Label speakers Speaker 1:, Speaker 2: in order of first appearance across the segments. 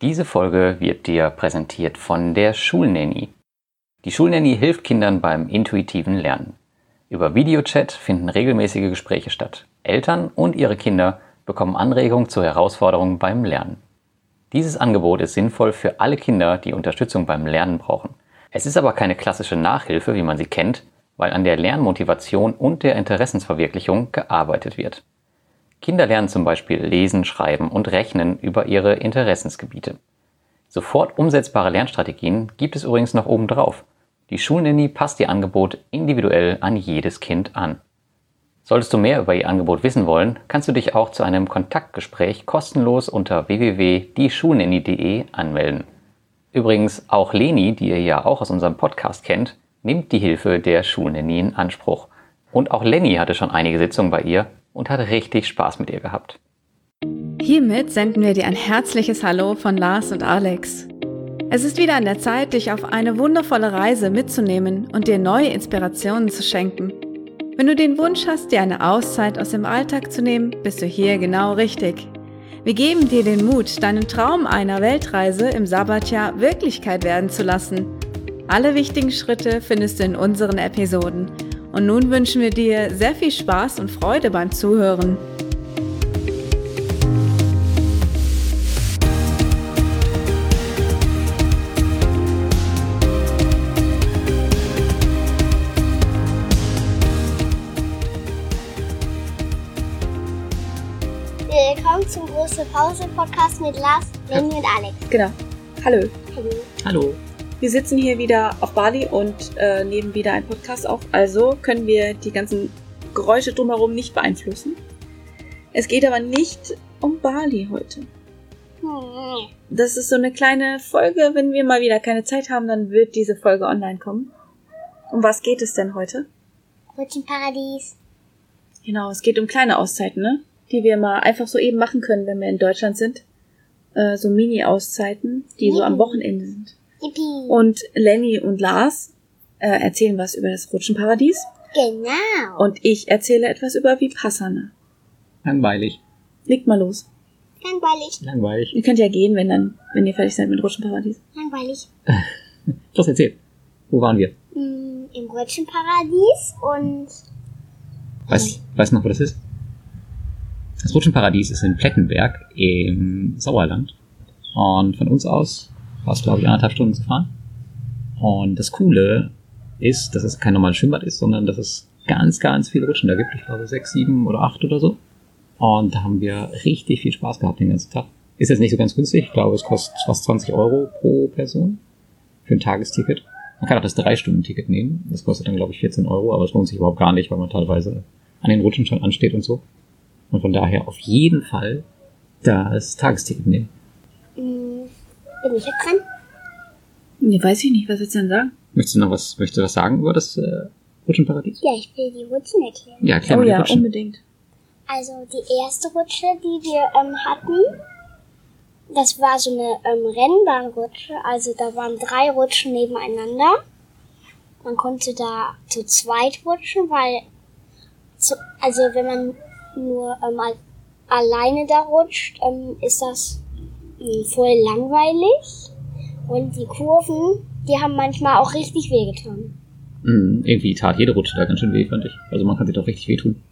Speaker 1: Diese Folge wird dir präsentiert von der Schulnanny. Die Schulnanny hilft Kindern beim intuitiven Lernen. Über Videochat finden regelmäßige Gespräche statt. Eltern und ihre Kinder bekommen Anregungen zu Herausforderungen beim Lernen. Dieses Angebot ist sinnvoll für alle Kinder, die Unterstützung beim Lernen brauchen. Es ist aber keine klassische Nachhilfe, wie man sie kennt, weil an der Lernmotivation und der Interessensverwirklichung gearbeitet wird. Kinder lernen zum Beispiel Lesen, Schreiben und Rechnen über ihre Interessensgebiete. Sofort umsetzbare Lernstrategien gibt es übrigens noch obendrauf. Die Schulnanny passt ihr Angebot individuell an jedes Kind an. Solltest du mehr über ihr Angebot wissen wollen, kannst du dich auch zu einem Kontaktgespräch kostenlos unter www.dieschulnanny.de anmelden. Übrigens, auch Leni, die ihr ja auch aus unserem Podcast kennt, nimmt die Hilfe der Schulnanny in Anspruch. Und auch Lenny hatte schon einige Sitzungen bei ihr und hat richtig Spaß mit ihr gehabt.
Speaker 2: Hiermit senden wir dir ein herzliches Hallo von Lars und Alex. Es ist wieder an der Zeit, dich auf eine wundervolle Reise mitzunehmen und dir neue Inspirationen zu schenken. Wenn du den Wunsch hast, dir eine Auszeit aus dem Alltag zu nehmen, bist du hier genau richtig. Wir geben dir den Mut, deinen Traum einer Weltreise im Sabbatjahr Wirklichkeit werden zu lassen. Alle wichtigen Schritte findest du in unseren Episoden. Und nun wünschen wir dir sehr viel Spaß und Freude beim Zuhören.
Speaker 3: Willkommen zum Große Pause Podcast mit Lars, Lenny und Alex.
Speaker 4: Genau. Hallo.
Speaker 3: Hallo.
Speaker 5: Hallo.
Speaker 4: Wir sitzen hier wieder auf Bali und äh, nehmen wieder einen Podcast auf, also können wir die ganzen Geräusche drumherum nicht beeinflussen. Es geht aber nicht um Bali heute.
Speaker 3: Hm.
Speaker 4: Das ist so eine kleine Folge. Wenn wir mal wieder keine Zeit haben, dann wird diese Folge online kommen. Um was geht es denn heute?
Speaker 3: Rutschenparadies.
Speaker 4: Genau, es geht um kleine Auszeiten, ne? Die wir mal einfach so eben machen können, wenn wir in Deutschland sind. Äh, so Mini-Auszeiten, die so am Wochenende sind.
Speaker 3: Yippie.
Speaker 4: Und Lenny und Lars äh, erzählen was über das Rutschenparadies.
Speaker 3: Genau.
Speaker 4: Und ich erzähle etwas über Vipassana.
Speaker 5: Langweilig.
Speaker 4: Legt mal los.
Speaker 3: Langweilig.
Speaker 5: Langweilig.
Speaker 4: Ihr könnt ja gehen, wenn dann, wenn ihr fertig seid mit Rutschenparadies.
Speaker 3: Langweilig.
Speaker 5: Los, erzähl. Wo waren wir?
Speaker 3: Hm, Im Rutschenparadies und
Speaker 5: Weißt weißt du noch, wo das ist? Das Rutschenparadies ist in Plettenberg im Sauerland. Und von uns aus war es, glaube ich, anderthalb Stunden zu fahren. Und das Coole ist, dass es kein normales Schwimmbad ist, sondern dass es ganz, ganz viele Rutschen da gibt. Ich glaube, sechs, sieben oder acht oder so. Und da haben wir richtig viel Spaß gehabt den ganzen Tag. Ist jetzt nicht so ganz günstig. Ich glaube, es kostet fast 20 Euro pro Person für ein Tagesticket. Man kann auch das Drei-Stunden-Ticket nehmen. Das kostet dann, glaube ich, 14 Euro, aber es lohnt sich überhaupt gar nicht, weil man teilweise an den Rutschen schon ansteht und so. Und von daher auf jeden Fall das Tagesticket nehmen.
Speaker 3: hm, bin ich jetzt dran?
Speaker 4: Nee, weiß ich nicht, was willst du denn sagen?
Speaker 5: Möchtest du noch was, möchtest du was sagen über das äh, Rutschenparadies?
Speaker 3: Ja, ich will die Rutschen erklären.
Speaker 5: Ja, klar,
Speaker 4: oh
Speaker 5: mal die
Speaker 4: ja,
Speaker 5: Rutschen.
Speaker 4: unbedingt.
Speaker 3: Also die erste Rutsche, die wir ähm, hatten, das war so eine ähm, Rennbahnrutsche. Also da waren drei Rutschen nebeneinander. Man konnte da zu zweit rutschen, weil zu, also wenn man nur ähm, al alleine da rutscht, ähm, ist das ähm, voll langweilig. Und die Kurven, die haben manchmal auch richtig wehgetan.
Speaker 5: Mhm, irgendwie tat jede Rutsche da ganz schön weh, fand ich. Also man kann sich doch richtig wehtun.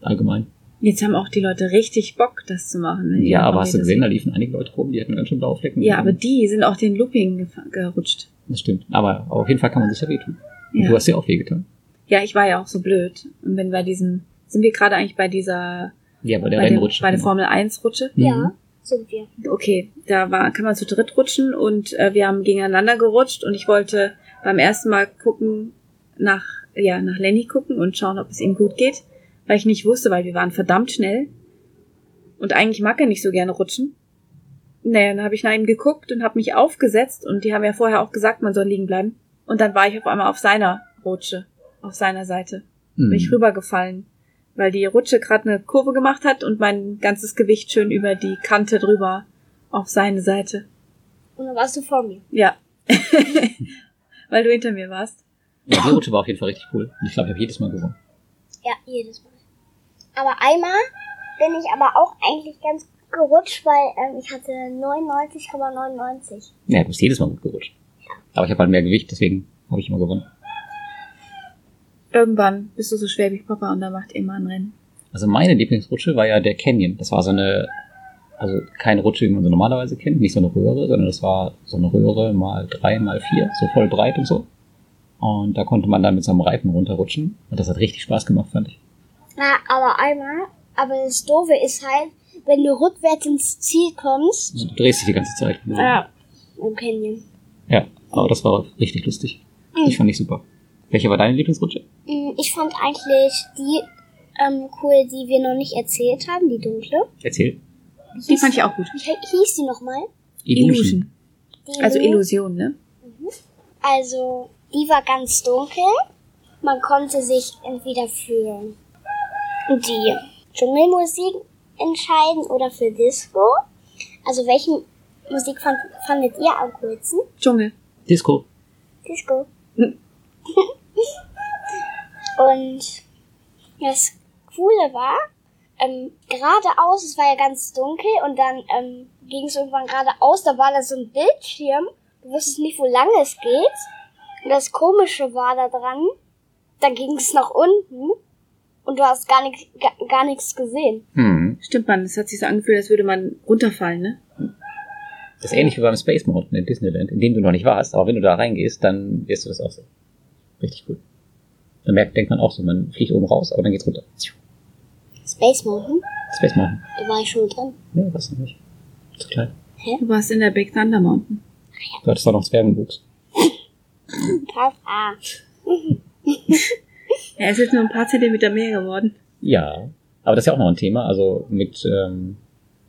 Speaker 5: Allgemein.
Speaker 4: Jetzt haben auch die Leute richtig Bock, das zu machen. ne?
Speaker 5: Ja,
Speaker 4: Ihre
Speaker 5: aber hast du
Speaker 4: Hobbys.
Speaker 5: gesehen, da liefen einige Leute rum, die hatten ganz schön blaue Flecken.
Speaker 4: Ja, aber die sind auch den Looping gef- gerutscht.
Speaker 5: Das stimmt. Aber auf jeden Fall kann man sich da wehtun. Und
Speaker 4: Ja.
Speaker 5: du hast dir auch wehgetan.
Speaker 4: ja, ich war ja auch so blöd. Und wenn bei diesem, sind wir gerade eigentlich bei dieser,
Speaker 5: Ja, bei der genau.
Speaker 4: bei, der,
Speaker 5: Rennrutsche.
Speaker 4: bei der Formel 1 Rutsche?
Speaker 5: Mhm.
Speaker 3: Ja, sind wir.
Speaker 4: Okay, da war, kann man zu dritt rutschen und äh, wir haben gegeneinander gerutscht und ich wollte beim ersten Mal gucken, nach, ja, nach Lenny gucken und schauen, ob es ihm gut geht, weil ich nicht wusste, weil wir waren verdammt schnell und eigentlich mag er nicht so gerne rutschen. Naja, dann habe ich nach ihm geguckt und habe mich aufgesetzt und die haben ja vorher auch gesagt, man soll liegen bleiben. Und dann war ich auf einmal auf seiner Rutsche, auf seiner Seite
Speaker 5: Mhm.
Speaker 4: bin ich rübergefallen, weil die Rutsche gerade eine Kurve gemacht hat und mein ganzes Gewicht schön über die Kante drüber auf seine Seite.
Speaker 3: Und dann warst du vor mir.
Speaker 4: Ja. weil du hinter mir warst.
Speaker 5: Ja, die Rutsche war auf jeden Fall richtig cool. Und ich glaube, ich habe jedes Mal gewonnen.
Speaker 3: Ja, jedes Mal. Aber einmal bin ich aber auch eigentlich ganz gut gerutscht, weil ähm, ich hatte 99,99.
Speaker 5: Ja, du bist jedes Mal gut gerutscht. Aber ich habe halt mehr Gewicht, deswegen habe ich immer gewonnen.
Speaker 4: Irgendwann bist du so schwer wie Papa und dann macht immer ein Rennen.
Speaker 5: Also meine Lieblingsrutsche war ja der Canyon. Das war so eine, also keine Rutsche, wie man sie normalerweise kennt, nicht so eine Röhre, sondern das war so eine Röhre mal drei, mal vier, so voll breit und so. Und da konnte man dann mit so einem Reifen runterrutschen. Und das hat richtig Spaß gemacht, fand ich.
Speaker 3: Na, aber einmal, aber das Doofe ist halt, wenn du rückwärts ins Ziel kommst,
Speaker 5: Also du drehst dich die ganze Zeit.
Speaker 3: im Canyon.
Speaker 5: Ja, aber das war richtig lustig. Ich fand ich super. Welche war deine Lieblingsrutsche?
Speaker 3: Mm, Ich fand eigentlich die ähm, cool, die wir noch nicht erzählt haben, die dunkle.
Speaker 5: Erzähl.
Speaker 4: Die fand ich auch gut.
Speaker 3: Wie he- hieß die nochmal?
Speaker 4: Illusion.
Speaker 3: Die
Speaker 4: Also
Speaker 3: Lu-
Speaker 4: Illusion, ne?
Speaker 3: Also, die war ganz dunkel. Man konnte sich entweder für die Dschungelmusik entscheiden oder für Disco. Also, welche Musik fand, fandet ihr am coolsten?
Speaker 4: Dschungel.
Speaker 5: Disco.
Speaker 3: Disco.
Speaker 4: Hm.
Speaker 3: Und das Coole war, ähm, geradeaus, es war ja ganz dunkel und dann ähm, ging es irgendwann geradeaus, da war da so ein Bildschirm, du wusstest nicht, wo lang es geht. Und das Komische war da dran, dann ging es nach unten und du hast gar nichts gar, gar nichts gesehen.
Speaker 5: Hm.
Speaker 4: Stimmt man, es hat sich so angefühlt, als würde man runterfallen, ne?
Speaker 5: Das ist ähnlich wie beim Space Mountain in Disneyland, in dem du noch nicht warst, aber wenn du da reingehst, dann wirst du das auch so. Richtig cool. Dann merkt, denkt man auch so, man fliegt oben raus, aber dann geht's runter. Tschiu.
Speaker 3: Space Mountain,
Speaker 5: Space Mountain.
Speaker 3: da war ich schon drin.
Speaker 5: Nee, das noch nicht. Zu klein.
Speaker 4: Du warst in der Big Thunder Mountain.
Speaker 5: Du hattest doch noch Zwergenwuchs.
Speaker 3: Papa.
Speaker 4: Er ist jetzt nur ein paar Zentimeter mehr geworden.
Speaker 5: Ja. Aber das ist ja auch noch ein Thema. Also mit, ähm,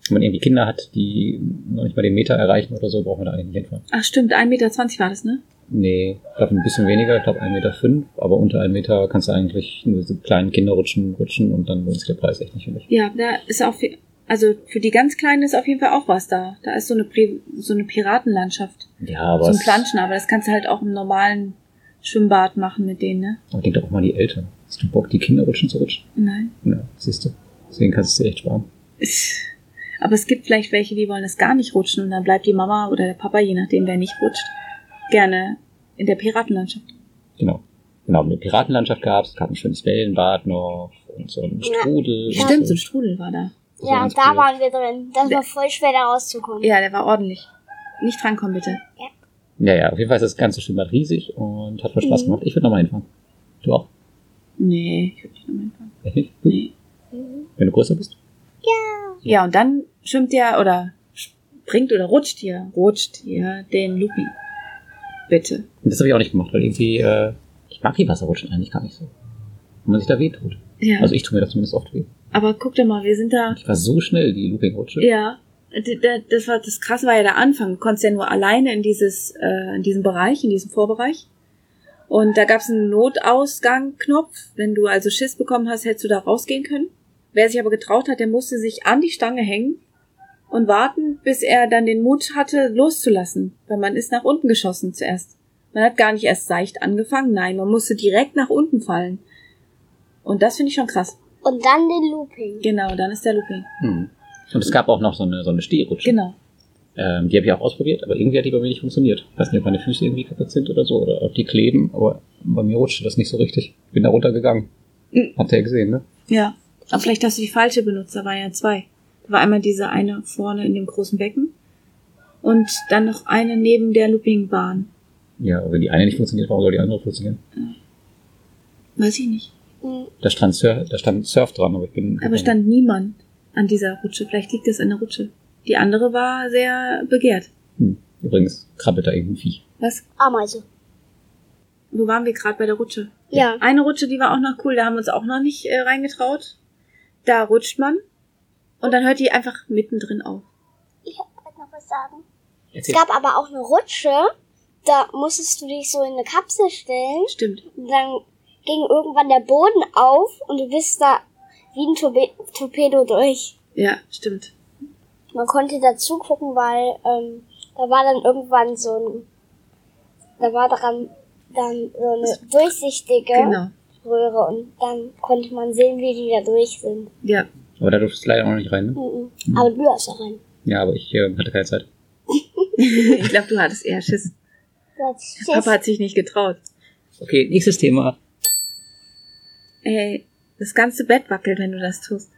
Speaker 5: wenn man irgendwie Kinder hat, die noch nicht mal den Meter erreichen oder so, braucht man da eigentlich nicht hinfahren.
Speaker 4: Ach stimmt, 1,20 Meter war das, ne?
Speaker 5: Nee, ich glaube ein bisschen weniger, ich glaube 1,5 Meter, fünf, aber unter 1 Meter kannst du eigentlich nur so kleinen Kinder rutschen, rutschen und dann lohnt sich der Preis echt nicht, finde ich.
Speaker 4: Ja, da ist auch viel, also für die ganz Kleinen ist auf jeden Fall auch was da. Da ist so eine, Pri so eine Piratenlandschaft.
Speaker 5: Ja, aber
Speaker 4: so ein
Speaker 5: es-
Speaker 4: Planschen, aber das kannst du halt auch im normalen Schwimmbad machen mit denen, ne?
Speaker 5: Aber denk doch auch mal an die Eltern. Hast du Bock, die Kinder rutschen zu rutschen?
Speaker 4: Nein.
Speaker 5: Ja, siehst du. Deswegen kannst du dir echt sparen.
Speaker 4: Ist- Aber es gibt vielleicht welche, die wollen das gar nicht rutschen und dann bleibt die Mama oder der Papa, je nachdem wer nicht rutscht, gerne in der Piratenlandschaft.
Speaker 5: Genau. Genau, eine Piratenlandschaft gab's, es gab ein schönes Wellenbad noch und so einen Strudel. Also, und
Speaker 4: Stimmt, so
Speaker 5: so.
Speaker 4: ein Strudel war da.
Speaker 5: Das war
Speaker 3: Ja,
Speaker 5: ganz
Speaker 3: da
Speaker 5: cool.
Speaker 3: waren wir drin. Das war voll schwer da rauszukommen.
Speaker 4: Ja, der war ordentlich. Nicht drankommen, bitte.
Speaker 5: Ja, ja, auf jeden Fall ist das ganze Schwimmbad riesig und hat voll Spaß
Speaker 3: Mhm.
Speaker 5: gemacht. Ich würde nochmal hinfahren. Du auch?
Speaker 4: Nee, ich würde nicht nochmal hinfahren.
Speaker 5: Echt nicht? Du?
Speaker 4: Nee.
Speaker 3: Mhm.
Speaker 5: Wenn du größer bist?
Speaker 4: Ja, und dann schwimmt ihr oder springt oder rutscht ihr, rutscht ihr den Looping. Bitte.
Speaker 5: Und das habe ich auch nicht gemacht, weil irgendwie, äh, ich mag die Wasserrutschen eigentlich gar nicht so. Wenn man sich da weh tut.
Speaker 4: Ja.
Speaker 5: Also ich tue mir das zumindest oft weh.
Speaker 4: aber guck doch mal, wir sind da.
Speaker 5: Und ich war so schnell, die Looping-Rutsche.
Speaker 4: Ja. D- d- Das war das krasse war ja der Anfang. Du konntest ja nur alleine in dieses, äh, in diesen Bereich, in diesen Vorbereich. Und da gab's einen Notausgang-Knopf. Wenn du also Schiss bekommen hast, hättest du da rausgehen können. Wer sich aber getraut hat, der musste sich an die Stange hängen und warten, bis er dann den Mut hatte, loszulassen. Weil man ist nach unten geschossen zuerst. Man hat gar nicht erst seicht angefangen. Nein, man musste direkt nach unten fallen. Und das finde ich schon krass.
Speaker 3: Und dann den Looping.
Speaker 4: Genau, dann ist der Looping.
Speaker 5: Mhm. Und es gab auch noch so eine, so eine Stehrutsche.
Speaker 4: Genau.
Speaker 5: Ähm, die habe ich auch ausprobiert, aber irgendwie hat die bei mir nicht funktioniert. Ich weiß nicht, ob meine Füße irgendwie kaputt sind oder so oder ob die kleben, aber bei mir rutschte das nicht so richtig. Bin da runtergegangen.
Speaker 4: Mhm.
Speaker 5: Hat der gesehen, ne?
Speaker 4: Ja, aber vielleicht hast du die falsche benutzt, da waren ja zwei. Da war einmal diese eine vorne in dem großen Becken und dann noch eine neben der Loopingbahn.
Speaker 5: Ja, aber wenn die eine nicht funktioniert, warum soll die andere funktionieren?
Speaker 4: Weiß ich nicht.
Speaker 3: Mhm.
Speaker 5: Da stand Surf, da stand Surf dran, aber ich bin.
Speaker 4: Aber stand niemand an dieser Rutsche. Vielleicht liegt es an der Rutsche. Die andere war sehr begehrt.
Speaker 5: Hm. Übrigens krabbelt da irgendein Viech.
Speaker 4: Was?
Speaker 3: Ameise.
Speaker 4: Wo waren wir gerade bei der Rutsche?
Speaker 3: Ja.
Speaker 4: Eine Rutsche, die war auch noch cool, da haben wir uns auch noch nicht äh, reingetraut. Da rutscht man und dann hört die einfach mittendrin auf.
Speaker 3: Ich wollte noch was sagen. Es
Speaker 5: Erzähl.
Speaker 3: gab aber auch eine Rutsche, da musstest du dich so in eine Kapsel stellen.
Speaker 4: Stimmt.
Speaker 3: Und dann ging irgendwann der Boden auf und du bist da wie ein Torbe Torpedo durch.
Speaker 4: Ja, stimmt.
Speaker 3: Man konnte da zugucken, weil ähm, da war dann irgendwann so ein. Da war dran dann so eine durchsichtige
Speaker 4: Genau.
Speaker 3: Röhre und dann konnte man sehen, wie die da durch sind.
Speaker 4: Ja.
Speaker 5: Aber da durftest du leider noch nicht rein, ne?
Speaker 3: Mhm. Aber du hast auch einen.
Speaker 5: Ja, aber ich äh, hatte keine Zeit.
Speaker 4: ich glaube, du hattest eher Schiss.
Speaker 3: Du hast Schiss.
Speaker 4: Papa hat sich nicht getraut.
Speaker 5: Okay, nächstes Thema.
Speaker 4: Ey, das ganze Bett wackelt, wenn du das tust.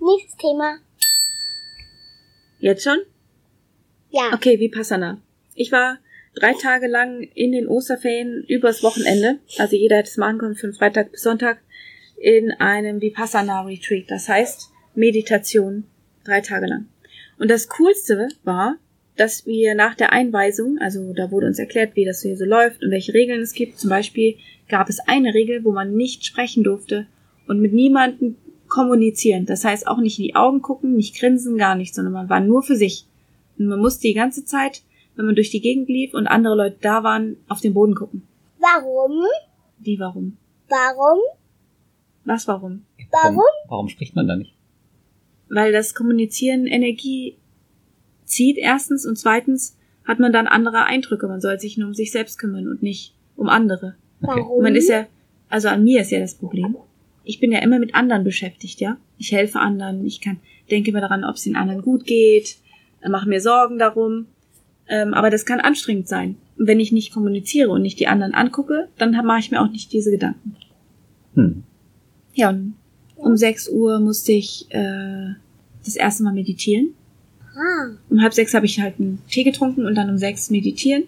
Speaker 3: Nächstes Thema.
Speaker 4: Jetzt schon?
Speaker 3: Ja.
Speaker 4: Okay, Vipassana. Ich war drei Tage lang in den Osterferien übers Wochenende, also jeder hätte es machen können, von Freitag bis Sonntag, in einem Vipassana-Retreat. Das heißt Meditation drei Tage lang. Und das Coolste war, dass wir nach der Einweisung, also da wurde uns erklärt, wie das hier so läuft und welche Regeln es gibt. Zum Beispiel gab es eine Regel, wo man nicht sprechen durfte und mit niemandem kommunizieren. Das heißt auch nicht in die Augen gucken, nicht grinsen, gar nichts, sondern man war nur für sich. Und man musste die ganze Zeit, wenn man durch die Gegend lief und andere Leute da waren, auf den Boden gucken.
Speaker 3: Warum?
Speaker 4: Die warum?
Speaker 3: Warum?
Speaker 4: Was warum?
Speaker 3: Warum?
Speaker 5: Warum spricht man da nicht?
Speaker 4: weil das Kommunizieren Energie zieht erstens und zweitens hat man dann andere Eindrücke. Man soll sich nur um sich selbst kümmern und nicht um andere.
Speaker 5: Okay.
Speaker 3: Warum?
Speaker 4: Und man ist ja, also an mir ist ja das Problem. Ich bin ja immer mit anderen beschäftigt, ja. Ich helfe anderen, ich kann, denke immer daran, ob es den anderen gut geht, äh, mache mir Sorgen darum. Ähm, aber das kann anstrengend sein. Und wenn ich nicht kommuniziere und nicht die anderen angucke, dann mache ich mir auch nicht diese Gedanken.
Speaker 5: Hm.
Speaker 4: Ja, und um 6 Uhr musste ich äh, das erste Mal meditieren.
Speaker 3: Ah,
Speaker 4: Um halb sechs habe ich halt einen Tee getrunken und dann um sechs meditieren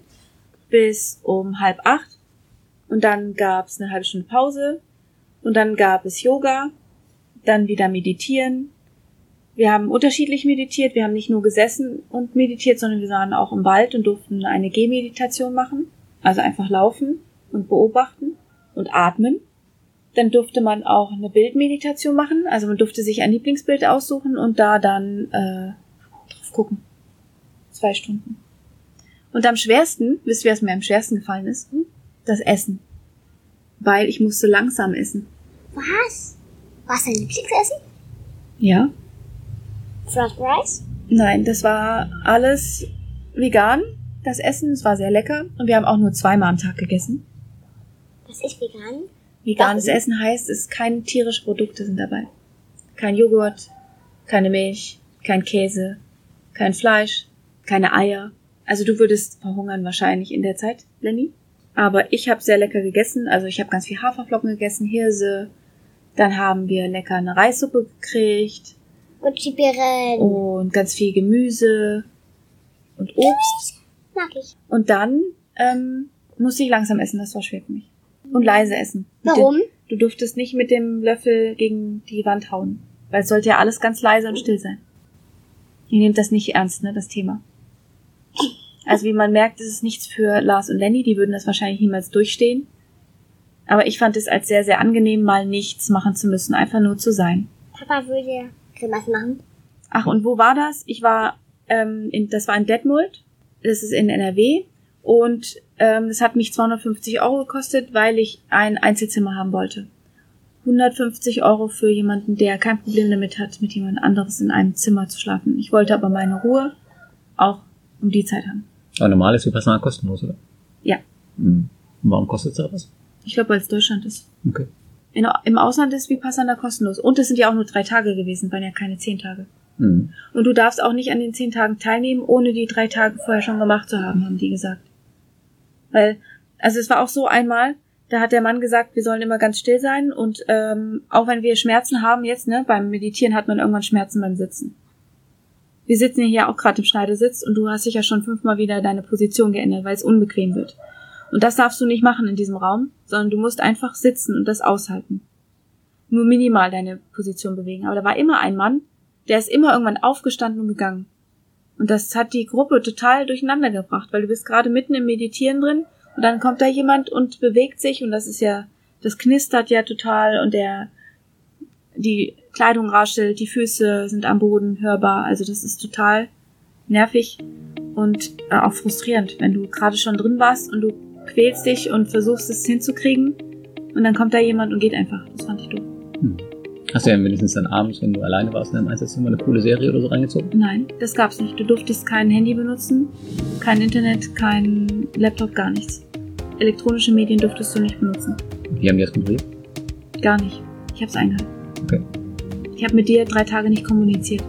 Speaker 4: bis um halb acht. Und dann gab's eine halbe Stunde Pause. Und dann gab es Yoga, dann wieder meditieren. Wir haben unterschiedlich meditiert. Wir haben nicht nur gesessen und meditiert, sondern wir waren auch im Wald und durften eine Gehmeditation machen. Also einfach laufen und beobachten und atmen. Dann durfte man auch eine Bildmeditation machen. Also man durfte sich ein Lieblingsbild aussuchen und da dann äh, drauf gucken. Zwei Stunden. Und am schwersten, wisst ihr, was mir am schwersten gefallen ist? Das Essen. Weil ich musste langsam essen.
Speaker 3: was? Was dein Lieblingsessen?
Speaker 4: Ja?
Speaker 3: Fried Rice?
Speaker 4: Nein, das war alles vegan. Das Essen, es war sehr lecker. Und wir haben auch nur zweimal am Tag gegessen.
Speaker 3: Das ist vegan.
Speaker 4: Veganes Essen heißt, es keine tierischen Produkte sind dabei. Kein Joghurt, keine Milch, kein Käse, kein Fleisch, keine Eier. Also du würdest verhungern wahrscheinlich in der Zeit, Lenny. Aber ich habe sehr lecker gegessen. Also ich habe ganz viel Haferflocken gegessen, Hirse. Dann haben wir lecker eine Reissuppe gekriegt
Speaker 3: Gucci Birren.
Speaker 4: und ganz viel Gemüse und Obst.
Speaker 3: Mag ich.
Speaker 4: Und dann ähm, musste ich langsam essen. Das war schwer für mich. Und leise essen. Mit den-
Speaker 3: Warum?
Speaker 4: Du durftest nicht mit dem Löffel gegen die Wand hauen, weil es sollte ja alles ganz leise und still sein. Ihr nehmt das nicht ernst, ne, das Thema. Also wie man merkt, ist es nichts für Lars und Lenny, die würden das wahrscheinlich niemals durchstehen. Aber ich fand es als sehr, sehr angenehm, mal nichts machen zu müssen, einfach nur zu sein.
Speaker 3: Papa würde Grimassen machen.
Speaker 4: Ach, und wo war das? Ich war, ähm, in, das war in Detmold. Das ist in NRW. Und ähm, es hat mich 250 Euro gekostet, weil ich ein Einzelzimmer haben wollte. 150 Euro für jemanden, der kein Problem damit hat, mit jemand anderes in einem Zimmer zu schlafen. Ich wollte aber meine Ruhe auch um die Zeit haben.
Speaker 5: Aber normal ist Vipassana kostenlos, oder?
Speaker 4: Ja.
Speaker 5: Hm. Und warum kostet da was?
Speaker 4: Ich glaube, weil es Deutschland ist.
Speaker 5: Okay.
Speaker 4: In, Im Ausland ist Vipassana kostenlos. Und es sind ja auch nur drei Tage gewesen, waren ja keine zehn Tage.
Speaker 5: Hm.
Speaker 4: Und du darfst auch nicht an den zehn Tagen teilnehmen, ohne die drei Tage vorher schon gemacht zu haben, haben die gesagt. Weil, also es war auch so einmal, da hat der Mann gesagt, wir sollen immer ganz still sein und ähm, auch wenn wir Schmerzen haben jetzt, ne, beim Meditieren hat man irgendwann Schmerzen beim Sitzen. Wir sitzen ja hier auch gerade im Schneidersitz und du hast sicher schon fünfmal wieder deine Position geändert, weil es unbequem wird. Und das darfst du nicht machen in diesem Raum, sondern du musst einfach sitzen und das aushalten. Nur minimal deine Position bewegen. Aber da war immer ein Mann, der ist immer irgendwann aufgestanden und gegangen. Und das hat die Gruppe total durcheinander gebracht, weil du bist gerade mitten im Meditieren drin und dann kommt da jemand und bewegt sich und das ist ja, das knistert ja total und der, die Kleidung raschelt, die Füße sind am Boden hörbar, also das ist total nervig und äh, auch frustrierend, wenn du gerade schon drin warst und du quälst dich und versuchst es hinzukriegen und dann kommt da jemand und geht einfach. Das fand ich doof.
Speaker 5: Hast du ja wenigstens dann abends, wenn du alleine warst in deinem Einzelzimmer, eine coole Serie oder so reingezogen?
Speaker 4: Nein, das gab's nicht. Du durftest kein Handy benutzen, kein Internet, kein Laptop, gar nichts. Elektronische Medien durftest du nicht benutzen.
Speaker 5: Wie haben die das kontrolliert?
Speaker 4: Gar nicht. Ich hab's eingehalten.
Speaker 5: Okay.
Speaker 4: Ich habe mit dir drei Tage nicht kommuniziert.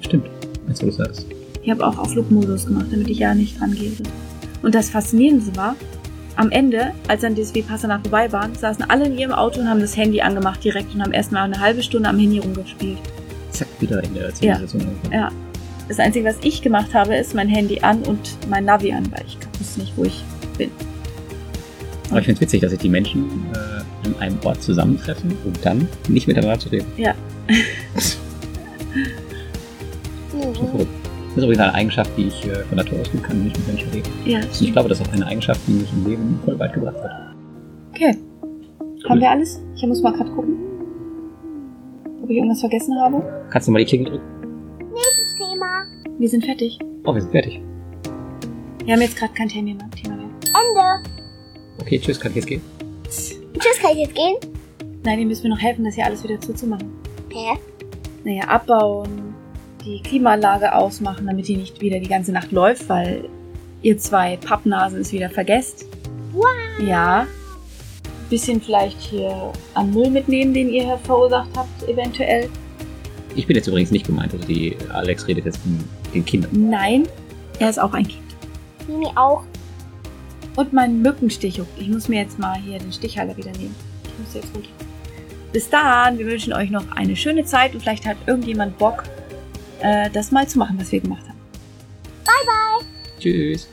Speaker 5: Stimmt. Jetzt, wo du sagst.
Speaker 4: Ich habe auch auf Flugmodus gemacht, damit ich ja nicht dran gebe. Und das Faszinierendste war, am Ende, als dann dieses Vipassana vorbei waren, saßen alle in ihrem Auto und haben das Handy angemacht direkt und haben erstmal eine halbe Stunde am Handy rumgespielt.
Speaker 5: Zack, wieder in der Zivilisation. angekommen.
Speaker 4: Ja. Das Einzige, was ich gemacht habe, ist mein Handy an und mein Navi an, weil ich wusste nicht, wo ich
Speaker 5: Aber ich finde es witzig, dass sich die Menschen äh, an einem Ort zusammentreffen, um dann nicht miteinander zu reden. Schon
Speaker 3: Mhm.
Speaker 5: verrückt. Das ist übrigens eine Eigenschaft, die ich äh, von Natur aus gut kann, nicht mit Menschen reden.
Speaker 4: Ja,
Speaker 5: Und ich glaube, das ist auch eine Eigenschaft, die mich im Leben voll weit gebracht hat.
Speaker 4: Okay. Haben wir alles? Ich muss mal gerade gucken, ob ich irgendwas vergessen habe.
Speaker 5: Kannst du mal die Klinge drücken?
Speaker 3: Nächstes Thema.
Speaker 4: Wir sind fertig.
Speaker 5: Oh, wir sind fertig.
Speaker 4: Wir haben jetzt gerade kein Thema mehr. Thema mehr.
Speaker 3: Ende.
Speaker 5: Okay, tschüss, kann ich jetzt gehen?
Speaker 3: Tschüss, kann ich jetzt gehen?
Speaker 4: Nein, ihr müsst mir noch helfen, das hier alles wieder zuzumachen.
Speaker 3: Hä?
Speaker 4: Naja, abbauen, die Klimaanlage ausmachen, damit die nicht wieder die ganze Nacht läuft, weil ihr zwei Pappnasen es wieder vergesst. Wow. Ja. Bisschen vielleicht hier an Müll mitnehmen, den ihr verursacht habt, eventuell.
Speaker 5: Ich bin jetzt übrigens nicht gemeint, also die Alex redet jetzt von den Kindern.
Speaker 4: Nein, er ist auch ein Kind.
Speaker 3: Mimi auch.
Speaker 4: Und mein Mückenstich juckt. Ich muss mir jetzt mal hier den Stichhalter wieder nehmen. Ich muss jetzt runter. Bis dahin, wir wünschen euch noch eine schöne Zeit und vielleicht hat irgendjemand Bock, äh, das mal zu machen, was wir gemacht haben.
Speaker 5: Tschüss.